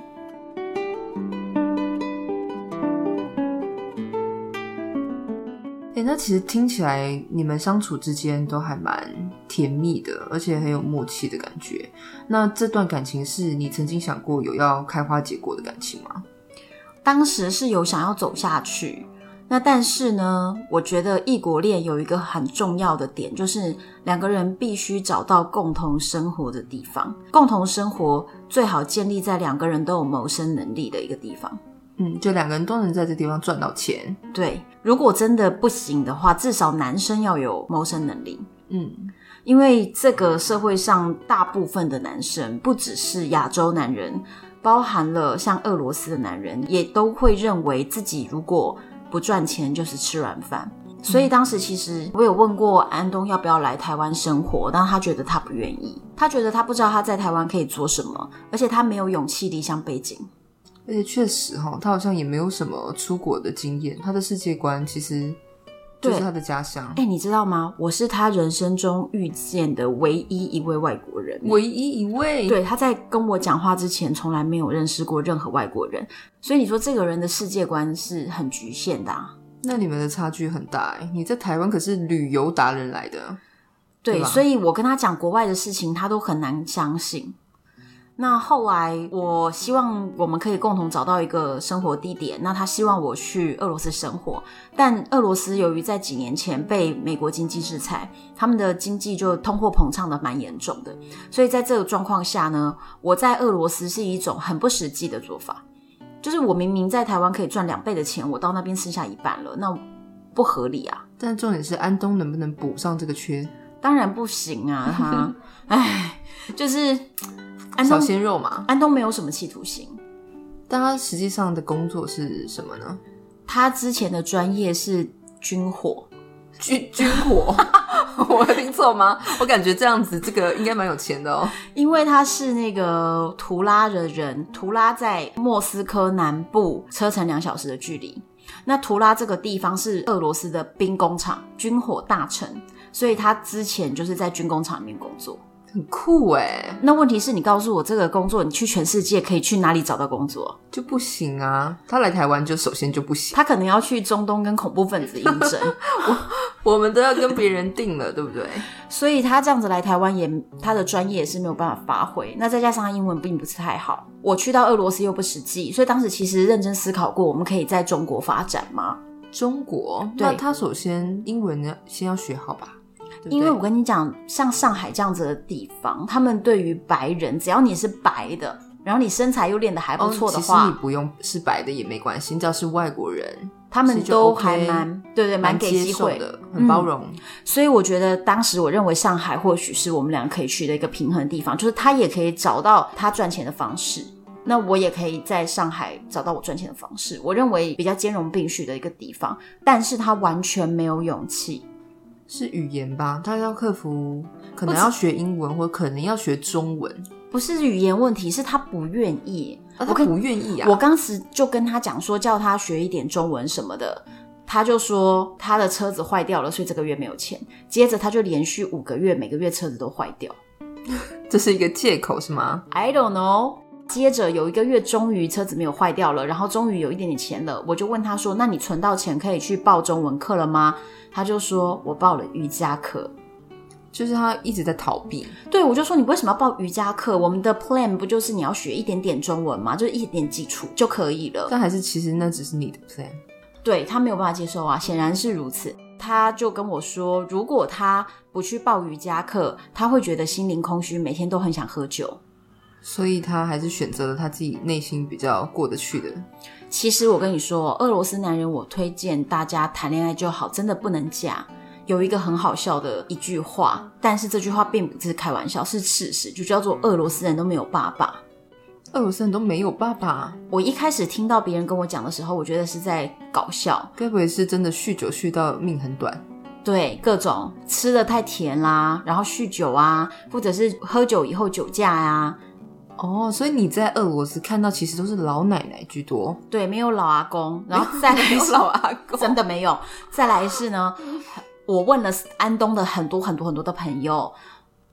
Speaker 2: 哎、那其实听起来你们相处之间都还蛮甜蜜的，而且很有默契的感觉。那这段感情是你曾经想过有要开花结果的感情吗？
Speaker 1: 当时是有想要走下去。那但是呢，我觉得异国恋有一个很重要的点，就是两个人必须找到共同生活的地方。共同生活最好建立在两个人都有谋生能力的一个地方。
Speaker 2: 嗯，就两个人都能在这地方赚到钱。嗯
Speaker 1: 对，如果真的不行的话，至少男生要有谋生能力，
Speaker 2: 嗯，
Speaker 1: 因为这个社会上大部分的男生，不只是亚洲男人，包含了像俄罗斯的男人，也都会认为自己如果不赚钱就是吃软饭。所以当时其实我有问过安东要不要来台湾生活，但他觉得他不愿意，他觉得他不知道他在台湾可以做什么，而且他没有勇气离乡背井。
Speaker 2: 而且确实哈、他好像也没有什么出国的经验，他的世界观其实就是
Speaker 1: 对
Speaker 2: 他的家乡。
Speaker 1: 哎，你知道吗？我是他人生中遇见的唯一一位外国人。
Speaker 2: 唯一一位，
Speaker 1: 对，他在跟我讲话之前，从来没有认识过任何外国人，所以你说这个人的世界观是很局限的、啊。
Speaker 2: 那你们的差距很大哎、你在台湾可是旅游达人来的，
Speaker 1: 对，
Speaker 2: 对吧
Speaker 1: 所以我跟他讲国外的事情，他都很难相信。那后来，我希望我们可以共同找到一个生活地点。那他希望我去俄罗斯生活，但俄罗斯由于在几年前被美国经济制裁，他们的经济就通货膨胀的蛮严重的，所以在这个状况下呢，我在俄罗斯是一种很不实际的做法，就是我明明在台湾可以赚两倍的钱，我到那边剩下一半了，那不合理啊。
Speaker 2: 但重点是安东能不能补上这个缺？
Speaker 1: 当然不行啊，他，哎，就是安
Speaker 2: 小
Speaker 1: 东，
Speaker 2: 鲜肉嘛，
Speaker 1: 安东没有什么企图心。
Speaker 2: 但他实际上的工作是什么呢？
Speaker 1: 他之前的专业是军火，
Speaker 2: 军军火， (laughs) 我有听错吗？我感觉这样子，这个应该蛮有钱的哦。
Speaker 1: 因为他是那个图拉的人，图拉在莫斯科南部车程两小时的距离。那图拉这个地方是俄罗斯的兵工厂，军火大城，所以他之前就是在军工厂里面工作。
Speaker 2: 很酷哎，
Speaker 1: 那问题是你告诉我这个工作，你去全世界可以去哪里找到工作？
Speaker 2: 就不行啊！他来台湾就首先就不行，
Speaker 1: 他可能要去中东跟恐怖分子应征。
Speaker 2: 我们都要跟别人定了，对不对？
Speaker 1: 所以他这样子来台湾也，他的专业也是没有办法发挥。那再加上他英文并不是太好，我去到俄罗斯又不实际，所以当时其实认真思考过，我们可以在中国发展吗？
Speaker 2: 中国，
Speaker 1: 对
Speaker 2: 那他首先英文要先要学好吧？对不对
Speaker 1: 因为我跟你讲，像上海这样子的地方，他们对于白人，只要你是白的，然后你身材又练得还不
Speaker 2: 哦
Speaker 1: 错的
Speaker 2: 其
Speaker 1: 话，
Speaker 2: 实你不用是白的也没关系，你只要是外国人，
Speaker 1: 他们
Speaker 2: 其实就
Speaker 1: 都
Speaker 2: OK，
Speaker 1: 还蛮对对，蛮给
Speaker 2: 接
Speaker 1: 机
Speaker 2: 受
Speaker 1: 会嗯
Speaker 2: 的，很包容。
Speaker 1: 所以我觉得当时我认为上海或许是我们俩可以去的一个平衡的地方，就是他也可以找到他赚钱的方式，那我也可以在上海找到我赚钱的方式。我认为比较兼容并蓄的一个地方，但是他完全没有勇气。
Speaker 2: 是语言吧？他要克服，可能
Speaker 1: 不止
Speaker 2: 要学英文，或可能要学中文。
Speaker 1: 不是语言问题，是他不愿意。
Speaker 2: 啊、他
Speaker 1: 我跟
Speaker 2: 不愿意啊！
Speaker 1: 我当时就跟他讲说，叫他学一点中文什么的，他就说他的车子坏掉了，所以这个月没有钱。接着他就连续五个月，每个月车子都坏掉。
Speaker 2: 这是一个借口是吗？
Speaker 1: I don't know。接着有一个月，终于车子没有坏掉了，然后终于有一点点钱了，我就问他说：“那你存到钱可以去报中文课了吗？”他就说：“我报了瑜伽课。
Speaker 2: 就是他一直在逃避，”
Speaker 1: 对，我就说：“你为什么要报瑜伽课？我们的 plan 不就是你要学一点点中文吗？就是一点基础就可以了。
Speaker 2: 但还是其实那只是你的 plan。”
Speaker 1: 对他没有办法接受啊，显然是如此。他就跟我说，如果他不去报瑜伽课，他会觉得心灵空虚，每天都很想喝酒。
Speaker 2: 所以他还是选择了他自己内心比较过得去的。
Speaker 1: 其实我跟你说，俄罗斯男人，我推荐大家谈恋爱就好，真的不能嫁。有一个很好笑的一句话，但是这句话并不是开玩笑，是事实，就叫做俄罗斯人都没有爸爸。
Speaker 2: 俄罗斯人都没有爸爸，
Speaker 1: 我一开始听到别人跟我讲的时候，我觉得是在搞笑，
Speaker 2: 该不会是真的酗酒酗到命很短？
Speaker 1: 对各种吃的太甜啦，然后酗酒啊，或者是喝酒以后酒驾啊，
Speaker 2: 哦，所以你在俄罗斯看到其实都是老奶奶居多，
Speaker 1: 对，没有老阿公，然后再来
Speaker 2: (laughs) 没有啊
Speaker 1: 是
Speaker 2: 老阿公
Speaker 1: (laughs) 真的没有。再来是呢，我问了安东的很多很多很多的朋友，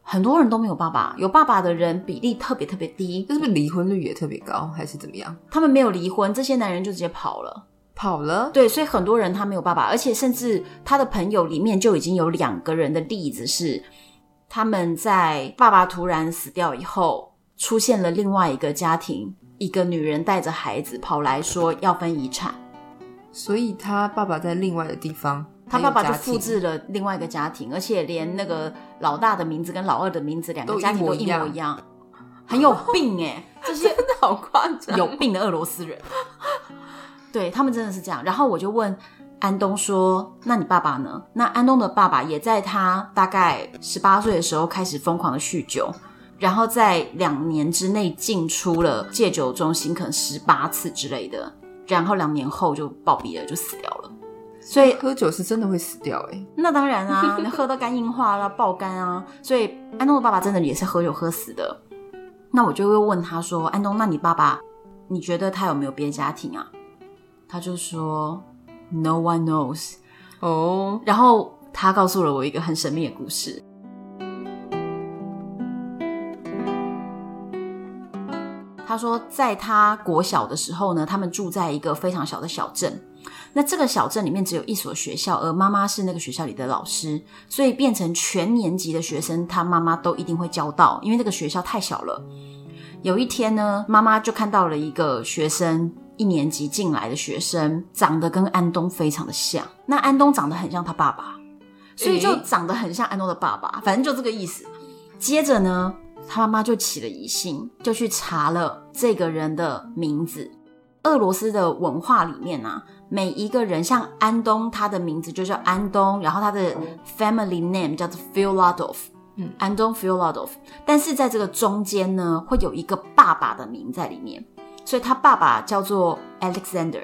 Speaker 1: 很多人都没有爸爸，有爸爸的人比例特别特别低，
Speaker 2: 这是不是离婚率也特别高，还是怎么样？
Speaker 1: 他们没有离婚，这些男人就直接跑了。
Speaker 2: 跑了？
Speaker 1: 对，所以很多人他没有爸爸，而且甚至他的朋友里面就已经有两个人的例子是，他们在爸爸突然死掉以后，出现了另外一个家庭，一个女人带着孩子跑来说要分遗产。
Speaker 2: 所以他爸爸在另外的地方，
Speaker 1: 他爸爸就
Speaker 2: 还有家庭
Speaker 1: 复制了另外一个家庭，而且连那个老大的名字跟老二的名字，两个
Speaker 2: 都
Speaker 1: 家庭都
Speaker 2: 一
Speaker 1: 一
Speaker 2: 模
Speaker 1: 模
Speaker 2: 一
Speaker 1: 一样，很有病哎、这些
Speaker 2: 真的好夸张，
Speaker 1: 有病的俄罗斯人，对他们真的是这样。然后我就问安东说：“那你爸爸呢？”那安东的爸爸也在他大概十八岁的时候开始疯狂的酗酒，然后在两年之内进出了戒酒中心，可能十八次之类的，然后两年后就暴毙了，就死掉了。所以
Speaker 2: 哎喝酒是真的会死掉哎、
Speaker 1: 那当然啊，你喝到肝硬化了、爆肝啊，所以安东的爸爸真的也是喝酒喝死的。那我就会问他说：“安东，那你爸爸，你觉得他有没有别的家庭啊？”他就说：“No one knows。
Speaker 2: 哦”，
Speaker 1: 然后他告诉了我一个很神秘的故事。他说，在他国小的时候呢，他们住在一个非常小的小镇。那这个小镇里面只有一所学校，而妈妈是那个学校里的老师，所以变成全年级的学生，他妈妈都一定会教到，因为这个学校太小了。有一天呢，妈妈就看到了一个学生，一年级进来的学生，长得跟安东非常的像。那安东长得很像他爸爸，所以就
Speaker 2: 诶
Speaker 1: 长得很像安东的爸爸，反正就这个意思。接着呢，他妈妈就起了疑心，就去查了这个人的名字。俄罗斯的文化里面啊，每一个人像安东，他的名字就叫安东，然后他的 family name 叫做 Filadov，
Speaker 2: 嗯
Speaker 1: 嗯，安东 Filadov。但是在这个中间呢，会有一个爸爸的名在里面，所以他爸爸叫做 Alexander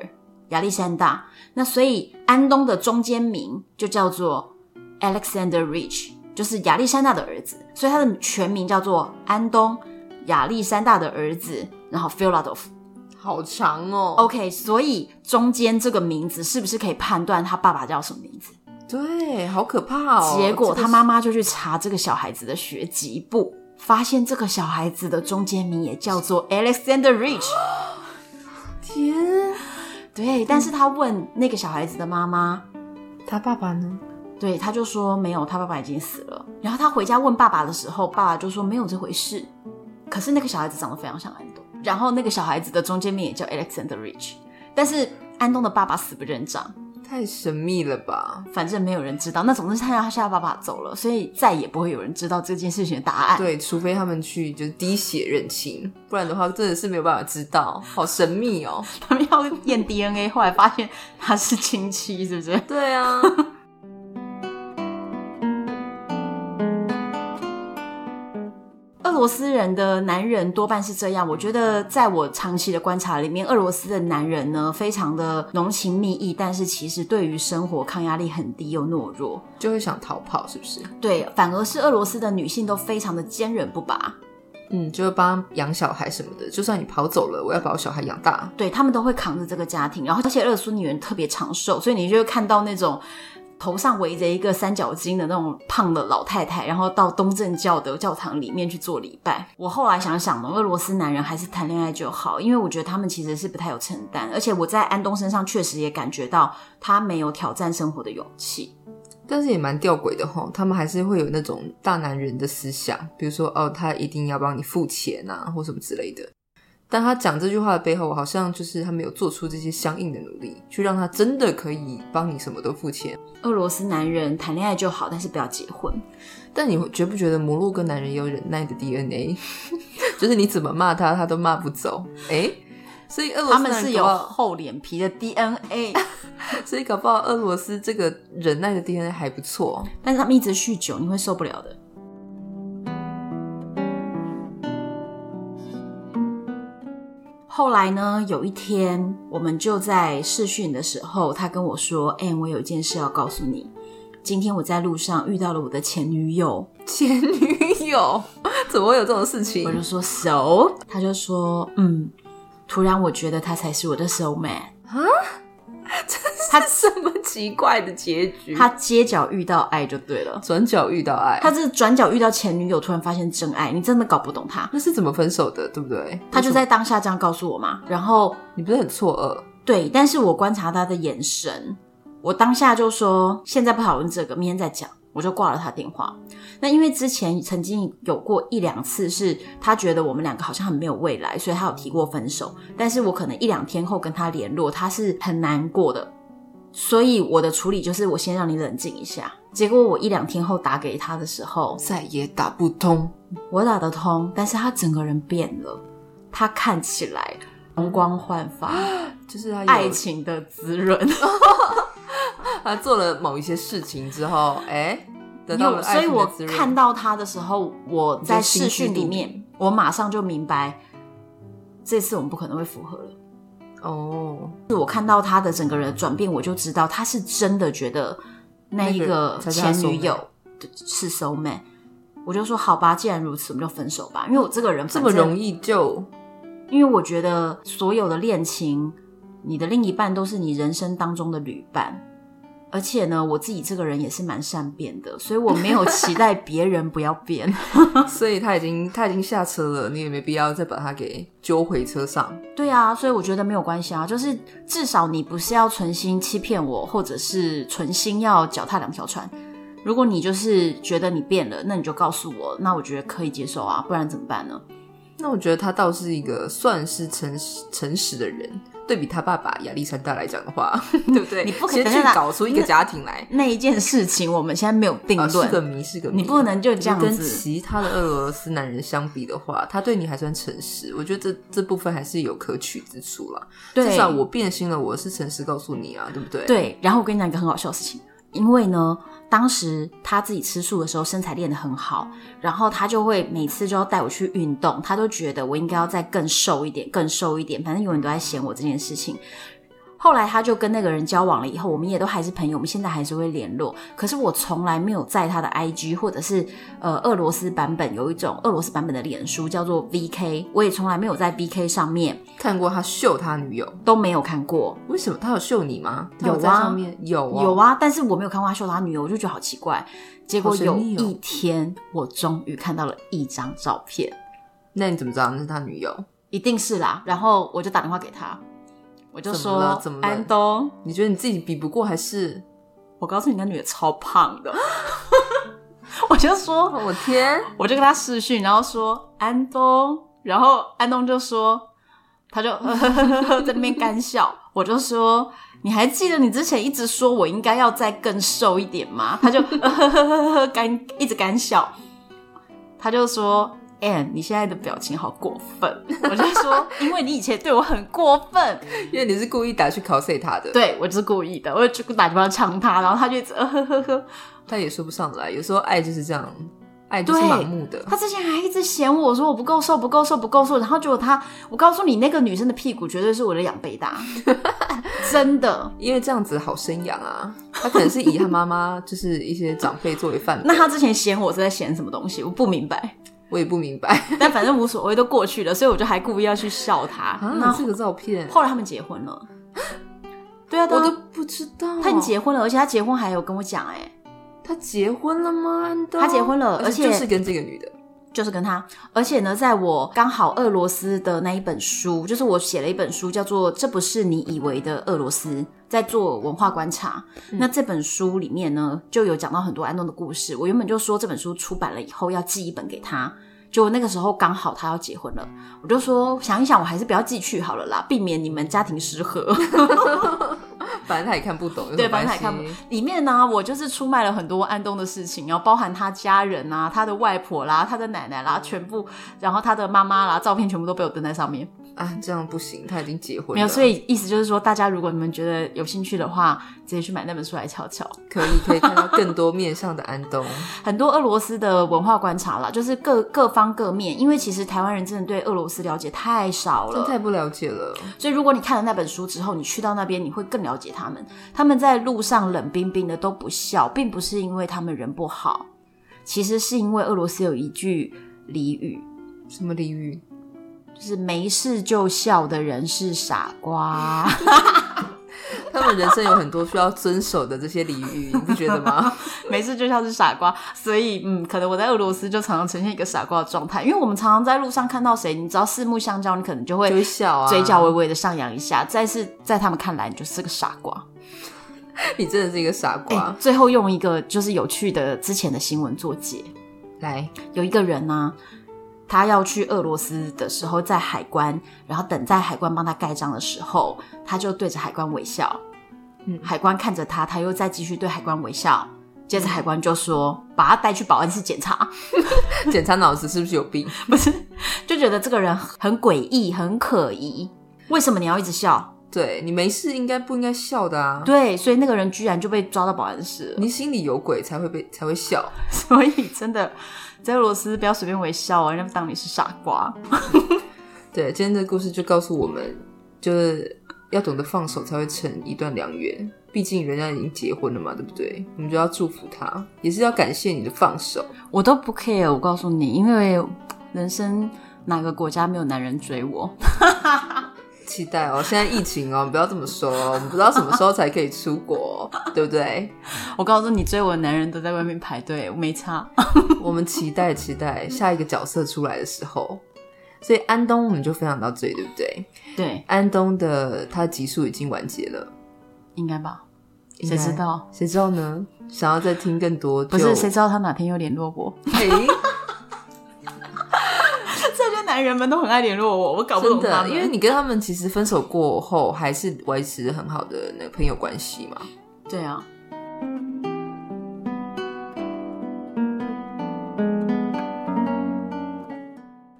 Speaker 1: 亚历山大。那所以安东的中间名就叫做 Alexander Rich，就是亚历山大的儿子，所以他的全名叫做安东亚历山大的儿子，然后 Filadov。
Speaker 2: 好长哦。
Speaker 1: OK，所以中间这个名字是不是可以判断他爸爸叫什么名字？
Speaker 2: 对，好可怕哦。
Speaker 1: 结果
Speaker 2: 这个
Speaker 1: 他妈妈就去查这个小孩子的学籍簿，发现这个小孩子的中间名也叫做 Alexander Rich。
Speaker 2: (gasps) 天，
Speaker 1: 对，但是他问那个小孩子的妈妈，
Speaker 2: 他爸爸呢？
Speaker 1: 对，他就说没有，他爸爸已经死了。然后他回家问爸爸的时候，爸爸就说没有这回事。可是那个小孩子长得非常像安东，然后那个小孩子的中间名也叫 Alexander Rich，但是安东的爸爸死不认账，
Speaker 2: 太神秘了吧？
Speaker 1: 反正没有人知道。那总之他他现在爸爸走了，所以再也不会有人知道这件事情的答案。
Speaker 2: 对，除非他们去就是滴血认亲，不然的话真的是没有办法知道，好神
Speaker 1: (laughs)
Speaker 2: 秘哦。
Speaker 1: 他们要验 DNA，后来发现他是亲戚，是不是？
Speaker 2: 对啊，
Speaker 1: 俄罗斯人的男人多半是这样，我觉得在我长期的观察里面，俄罗斯的男人呢，非常的浓情蜜意，但是其实对于生活抗压力很低又懦弱。
Speaker 2: 就会想逃跑，是不是？
Speaker 1: 对，反而是俄罗斯的女性都非常的坚韧不拔，
Speaker 2: 嗯，就会帮养小孩什么的。就算你跑走了，我要把我小孩养大。
Speaker 1: 对他们都会扛着这个家庭，然后而且俄罗斯女人特别长寿，所以你就会看到那种。头上围着一个三角巾的那种胖的老太太，然后到东正教的教堂里面去做礼拜。我后来想想呢，俄罗斯男人还是谈恋爱就好，因为我觉得他们其实是不太有承担，而且我在安东身上确实也感觉到他没有挑战生活的勇气。
Speaker 2: 但是也蛮吊诡的吼，他们还是会有那种大男人的思想，比如说哦，他一定要帮你付钱啊，或什么之类的。但他讲这句话的背后，好像就是他没有做出这些相应的努力，去让他真的可以帮你什么都付钱。
Speaker 1: 俄罗斯男人谈恋爱就好，但是不要结婚。
Speaker 2: 但你会觉不觉得摩洛哥男人也有忍耐的 DNA？就是你怎么骂他，他都骂不走。哎、所以俄罗
Speaker 1: 他
Speaker 2: 斯
Speaker 1: 们
Speaker 2: 男
Speaker 1: 是
Speaker 2: 人
Speaker 1: 有
Speaker 2: 搞不好
Speaker 1: 厚脸皮的 DNA，
Speaker 2: 所以搞不好俄罗斯这个忍耐的 DNA 还不错。
Speaker 1: 但是他们一直酗酒，你会受不了的。后来呢，有一天我们就在试训的时候，他跟我说：“哎、我有一件事要告诉你。今天我在路上遇到了我的前女友。”
Speaker 2: 前女友怎么会有这种事情
Speaker 1: 我？就说 so，他就说嗯，突然我觉得他才是我的 soul man。
Speaker 2: (laughs) 他啊什么奇怪的结局？
Speaker 1: 他街角遇到爱就对了，
Speaker 2: 转角遇到爱，
Speaker 1: 他这转角遇到前女友，突然发现真爱，你真的搞不懂他。
Speaker 2: 那是怎么分手的？对不对？
Speaker 1: 他就在当下这样告诉我嘛，然后
Speaker 2: 你不是很错愕？
Speaker 1: 对，但是我观察他的眼神，我当下就说现在不讨论这个，明天再讲。我就挂了他电话。那因为之前曾经有过一两次，是他觉得我们两个好像很没有未来，所以他有提过分手。但是我可能一两天后跟他联络，他是很难过的。所以我的处理就是我先让你冷静一下。结果我一两天后打给他的时候，
Speaker 2: 再也打不通。
Speaker 1: 我打得通，但是他整个人变了，他看起来容光焕发，
Speaker 2: 就是 (gasps) 他有
Speaker 1: 爱情的滋润。
Speaker 2: 他做了某一些事情之后，哎、得到了
Speaker 1: (laughs) 有，所
Speaker 2: 爱
Speaker 1: 以
Speaker 2: 情
Speaker 1: 我
Speaker 2: 的滋润。
Speaker 1: 看到他的时候，我在视讯里
Speaker 2: 你就
Speaker 1: 面，我马上就明白，这次我们不可能会复合了。
Speaker 2: 哦，
Speaker 1: 我看到他的整个人的转变，我就知道他是真的觉得那一个
Speaker 2: 那个才是他
Speaker 1: 前
Speaker 2: soul
Speaker 1: 女友是 so man。我就说好吧，既然如此，我们就分手吧。因为我这个人
Speaker 2: 这么容
Speaker 1: 易，
Speaker 2: 易就
Speaker 1: 因为我觉得所有的恋情，你的另一半都是你人生当中的旅伴。而且呢，我自己这个人也是蛮善变的，所以我没有期
Speaker 2: (laughs)
Speaker 1: 待别人不要变。 (laughs)
Speaker 2: 所以他已经他已经下车了，你也没必要再把他给揪回车上。
Speaker 1: 对啊，所以我觉得没有关系啊，就是至少你不是要存心欺骗我，或者是存心要脚踏两条船。如果你就是觉得你变了，那你就告诉我，那我觉得可以接受啊，不然怎么办呢？
Speaker 2: 那我觉得他倒是一个算是诚实诚实的人，对比他爸爸亚历山大来讲的话，对不 (laughs) 对？
Speaker 1: 你不可
Speaker 2: 先
Speaker 1: 等
Speaker 2: 去
Speaker 1: 一下
Speaker 2: 搞出一个家庭来，
Speaker 1: 那一件事情我们现在没有定
Speaker 2: 啊，是
Speaker 1: 论，
Speaker 2: 个谜，是个谜。
Speaker 1: 你不能就这样
Speaker 2: 跟
Speaker 1: 子。
Speaker 2: 其他的俄罗斯男人相比的话，他对你还算诚实，我觉得这这部分还是有可取之处啦。
Speaker 1: 对，
Speaker 2: 至少我变心了，我是诚实告诉你啊，对不对？，
Speaker 1: 对，然后我跟你讲一个很好笑的事情，因为呢，当时他自己吃素的时候身材练得很好，然后他就会每次就要带我去运动，他都觉得我应该要再更瘦一点，更瘦一点，反正永远都在嫌我这件事情。后来他就跟那个人交往了，以后我们也都还是朋友，我们现在还是会联络。可是我从来没有在他的 IG 或者是呃俄罗斯版本有一种俄罗斯版本的脸书叫做 VK，我也从来没有在 VK 上面
Speaker 2: 看过他秀他女友，
Speaker 1: 都没有看过。
Speaker 2: 为什么他有秀你吗？他
Speaker 1: 有啊
Speaker 2: 在上面有哦
Speaker 1: 有啊，但是我没有看过他秀他女友，我就觉得好奇怪。结果
Speaker 2: 好神
Speaker 1: 有
Speaker 2: 秘哦
Speaker 1: 一天，我终于看到了一张照片，
Speaker 2: 那你怎么知道那是他女友？
Speaker 1: 一定是啦。然后我就打电话给他，我就
Speaker 2: 怎么
Speaker 1: 说
Speaker 2: 了怎么：“了
Speaker 1: 安东，
Speaker 2: 你觉得你自己比不过，还是
Speaker 1: 我告诉你，那女的超胖的。” (laughs) 我就说，
Speaker 2: 哦我天， (laughs)
Speaker 1: 我就跟他视讯，然后说安东，然后安东就说，他就 (laughs) 在那边干笑，我就说。你还记得你之前一直说我应该要再更瘦一点吗？他就 (laughs) 干一直干笑，他就说 a n n 你现在的表情好过分。”我就说：“ (laughs) 因为你以前对我很过分，
Speaker 2: 因为你是故意打去 cos 他的，，
Speaker 1: 对我就是故意的，我就打电话呛他，然后他就一直 (laughs) 呵呵呵。
Speaker 2: 他也说不上来。有时候爱就是这样，爱就是
Speaker 1: 对
Speaker 2: 盲目的。
Speaker 1: 他之前还一直嫌我说我不够瘦，不够瘦，不够瘦，然后结果他，我告诉你，那个女生的屁股绝对是我的两倍大， (laughs) 真的。
Speaker 2: 因为这样子好生养啊，他可能是以他妈妈 (laughs) 就是一些长辈作为范本，
Speaker 1: 那他之前嫌我是在嫌什么东西，我不明白，
Speaker 2: 我也不明白。 (laughs)
Speaker 1: 但反正无所谓，都过去了，所以我就还故意要去笑他。那
Speaker 2: 啊，这个照片
Speaker 1: 后来他们结婚了， (gasps) 对啊，对
Speaker 2: 我
Speaker 1: 啊
Speaker 2: 都不知道，
Speaker 1: 他们结婚了，而且他结婚还有跟我讲、哎，
Speaker 2: 他结婚了吗？安东
Speaker 1: 他结婚了
Speaker 2: 而
Speaker 1: 而且
Speaker 2: 就是跟这个女的， (laughs)
Speaker 1: 就是跟他，而且呢，在我刚好俄罗斯的那一本书，就是我写了一本书，叫做《这不是你以为的俄罗斯》，在做文化观察。那这本书里面呢，就有讲到很多安东的故事。我原本就说这本书出版了以后要寄一本给他，就那个时候刚好他要结婚了，我就说想一想，我还是不要寄去好了啦，避免你们家庭失和。
Speaker 2: 反正他也看不懂，有什么
Speaker 1: 对，反正他也看
Speaker 2: 关
Speaker 1: 不
Speaker 2: 系。
Speaker 1: 里面呢、我就是出卖了很多安东的事情，然后包含他家人啊、他的外婆啦、他的奶奶啦，全部，然后他的妈妈啦，照片全部都被我登在上面。
Speaker 2: 啊，这样不行，他已经结婚了，
Speaker 1: 没有，所以意思就是说，大家如果你们觉得有兴趣的话，直接去买那本书来瞧瞧。
Speaker 2: 可以可以看到更多面向的安 (laughs) 东。
Speaker 1: 很多俄罗斯的文化观察啦，就是各各方各面，因为其实台湾人真的对俄罗斯了解太少
Speaker 2: 真
Speaker 1: 了，
Speaker 2: 太不了解了，
Speaker 1: 所以如果你看了那本书之后，你去到那边，你会更了解他们。他们在路上冷冰冰的都不笑，并不是因为他们人不好，其实是因为俄罗斯有一句俚语，
Speaker 2: 什么俚语？
Speaker 1: 就是没事就笑的人是傻瓜。
Speaker 2: (laughs)
Speaker 1: (laughs)
Speaker 2: 他们人生有很多需要遵守的这些俚语，你不觉得吗？ (laughs)
Speaker 1: 没事就像是傻瓜，所以嗯，可能我在俄罗斯就常常呈现一个傻瓜的状态，因为我们常常在路上看到谁，你只要四目相交，你可能就
Speaker 2: 就会
Speaker 1: 会
Speaker 2: 笑啊，
Speaker 1: 嘴角微微的上扬一下，但是在他们看来，你就是个傻瓜。
Speaker 2: 你真的是一个傻
Speaker 1: 哎、
Speaker 2: (laughs) 瓜。
Speaker 1: 最后用一个就是有趣的之前的新闻做结，
Speaker 2: 来，
Speaker 1: 有一个人呢、他要去俄罗斯的时候，在海关，然后等在海关帮他盖章的时候，他就对着海关微笑。
Speaker 2: 嗯
Speaker 1: 海关看着他，他又再继续对海关微笑。接着
Speaker 2: 嗯
Speaker 1: 海关就说：“把他带去保安室检查。” (laughs)
Speaker 2: 检查脑子是不是有病？
Speaker 1: 就觉得这个人很诡异，很可疑。为什么你要一直笑？
Speaker 2: 对你没事应该不应该笑的啊？
Speaker 1: 对，所以那个人居然就被抓到保安室了。
Speaker 2: 你心里有鬼才会被才会笑。
Speaker 1: (laughs) 所以真的，在俄罗斯不要随便微笑啊，人家当你是傻瓜。
Speaker 2: 对，今天这个故事就告诉我们，就是要懂得放手才会成一段良缘。毕竟人家已经结婚了嘛，对不对？我们就要祝福他，也是要感谢你的放手。
Speaker 1: 我都不 care，我告诉你，因为人生哪个国家没有男人追我？ (laughs)
Speaker 2: 期待哦，现在疫情哦，不 (laughs) 要这么说哦，我们不知道什么时候才可以出国哦， (laughs) 对不对？
Speaker 1: 我告诉你，追我的男人都在外面排队，我没差。 (laughs)
Speaker 2: 我们期待期待下一个角色出来的时候。所以安东我们就分享到这里，对不对？
Speaker 1: 对，
Speaker 2: 安东的他集数已经完结了，
Speaker 1: 应该吧？
Speaker 2: 应该
Speaker 1: 谁知道？
Speaker 2: 谁知道呢？想要再听更多就，
Speaker 1: 不是，谁知道他哪天又联络我？ (laughs)
Speaker 2: (laughs) 哎
Speaker 1: 这些男人们都很爱联络我，我搞
Speaker 2: 真的，因为你跟他们其实分手过后，还是维持很好的那个朋友关系嘛。
Speaker 1: 对啊。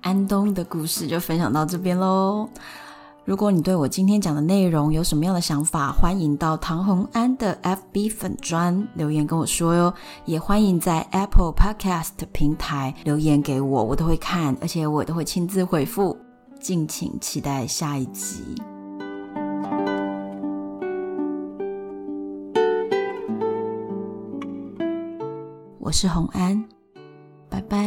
Speaker 1: 安东的故事就分享到这边喽。如果你对我今天讲的内容有什么样的想法，欢迎到唐红安的 FB 粉砖留言跟我说哟，也欢迎在 Apple Podcast 平台留言给我，我都会看，而且我都会亲自回复。敬请期待下一集。我是红安，拜拜。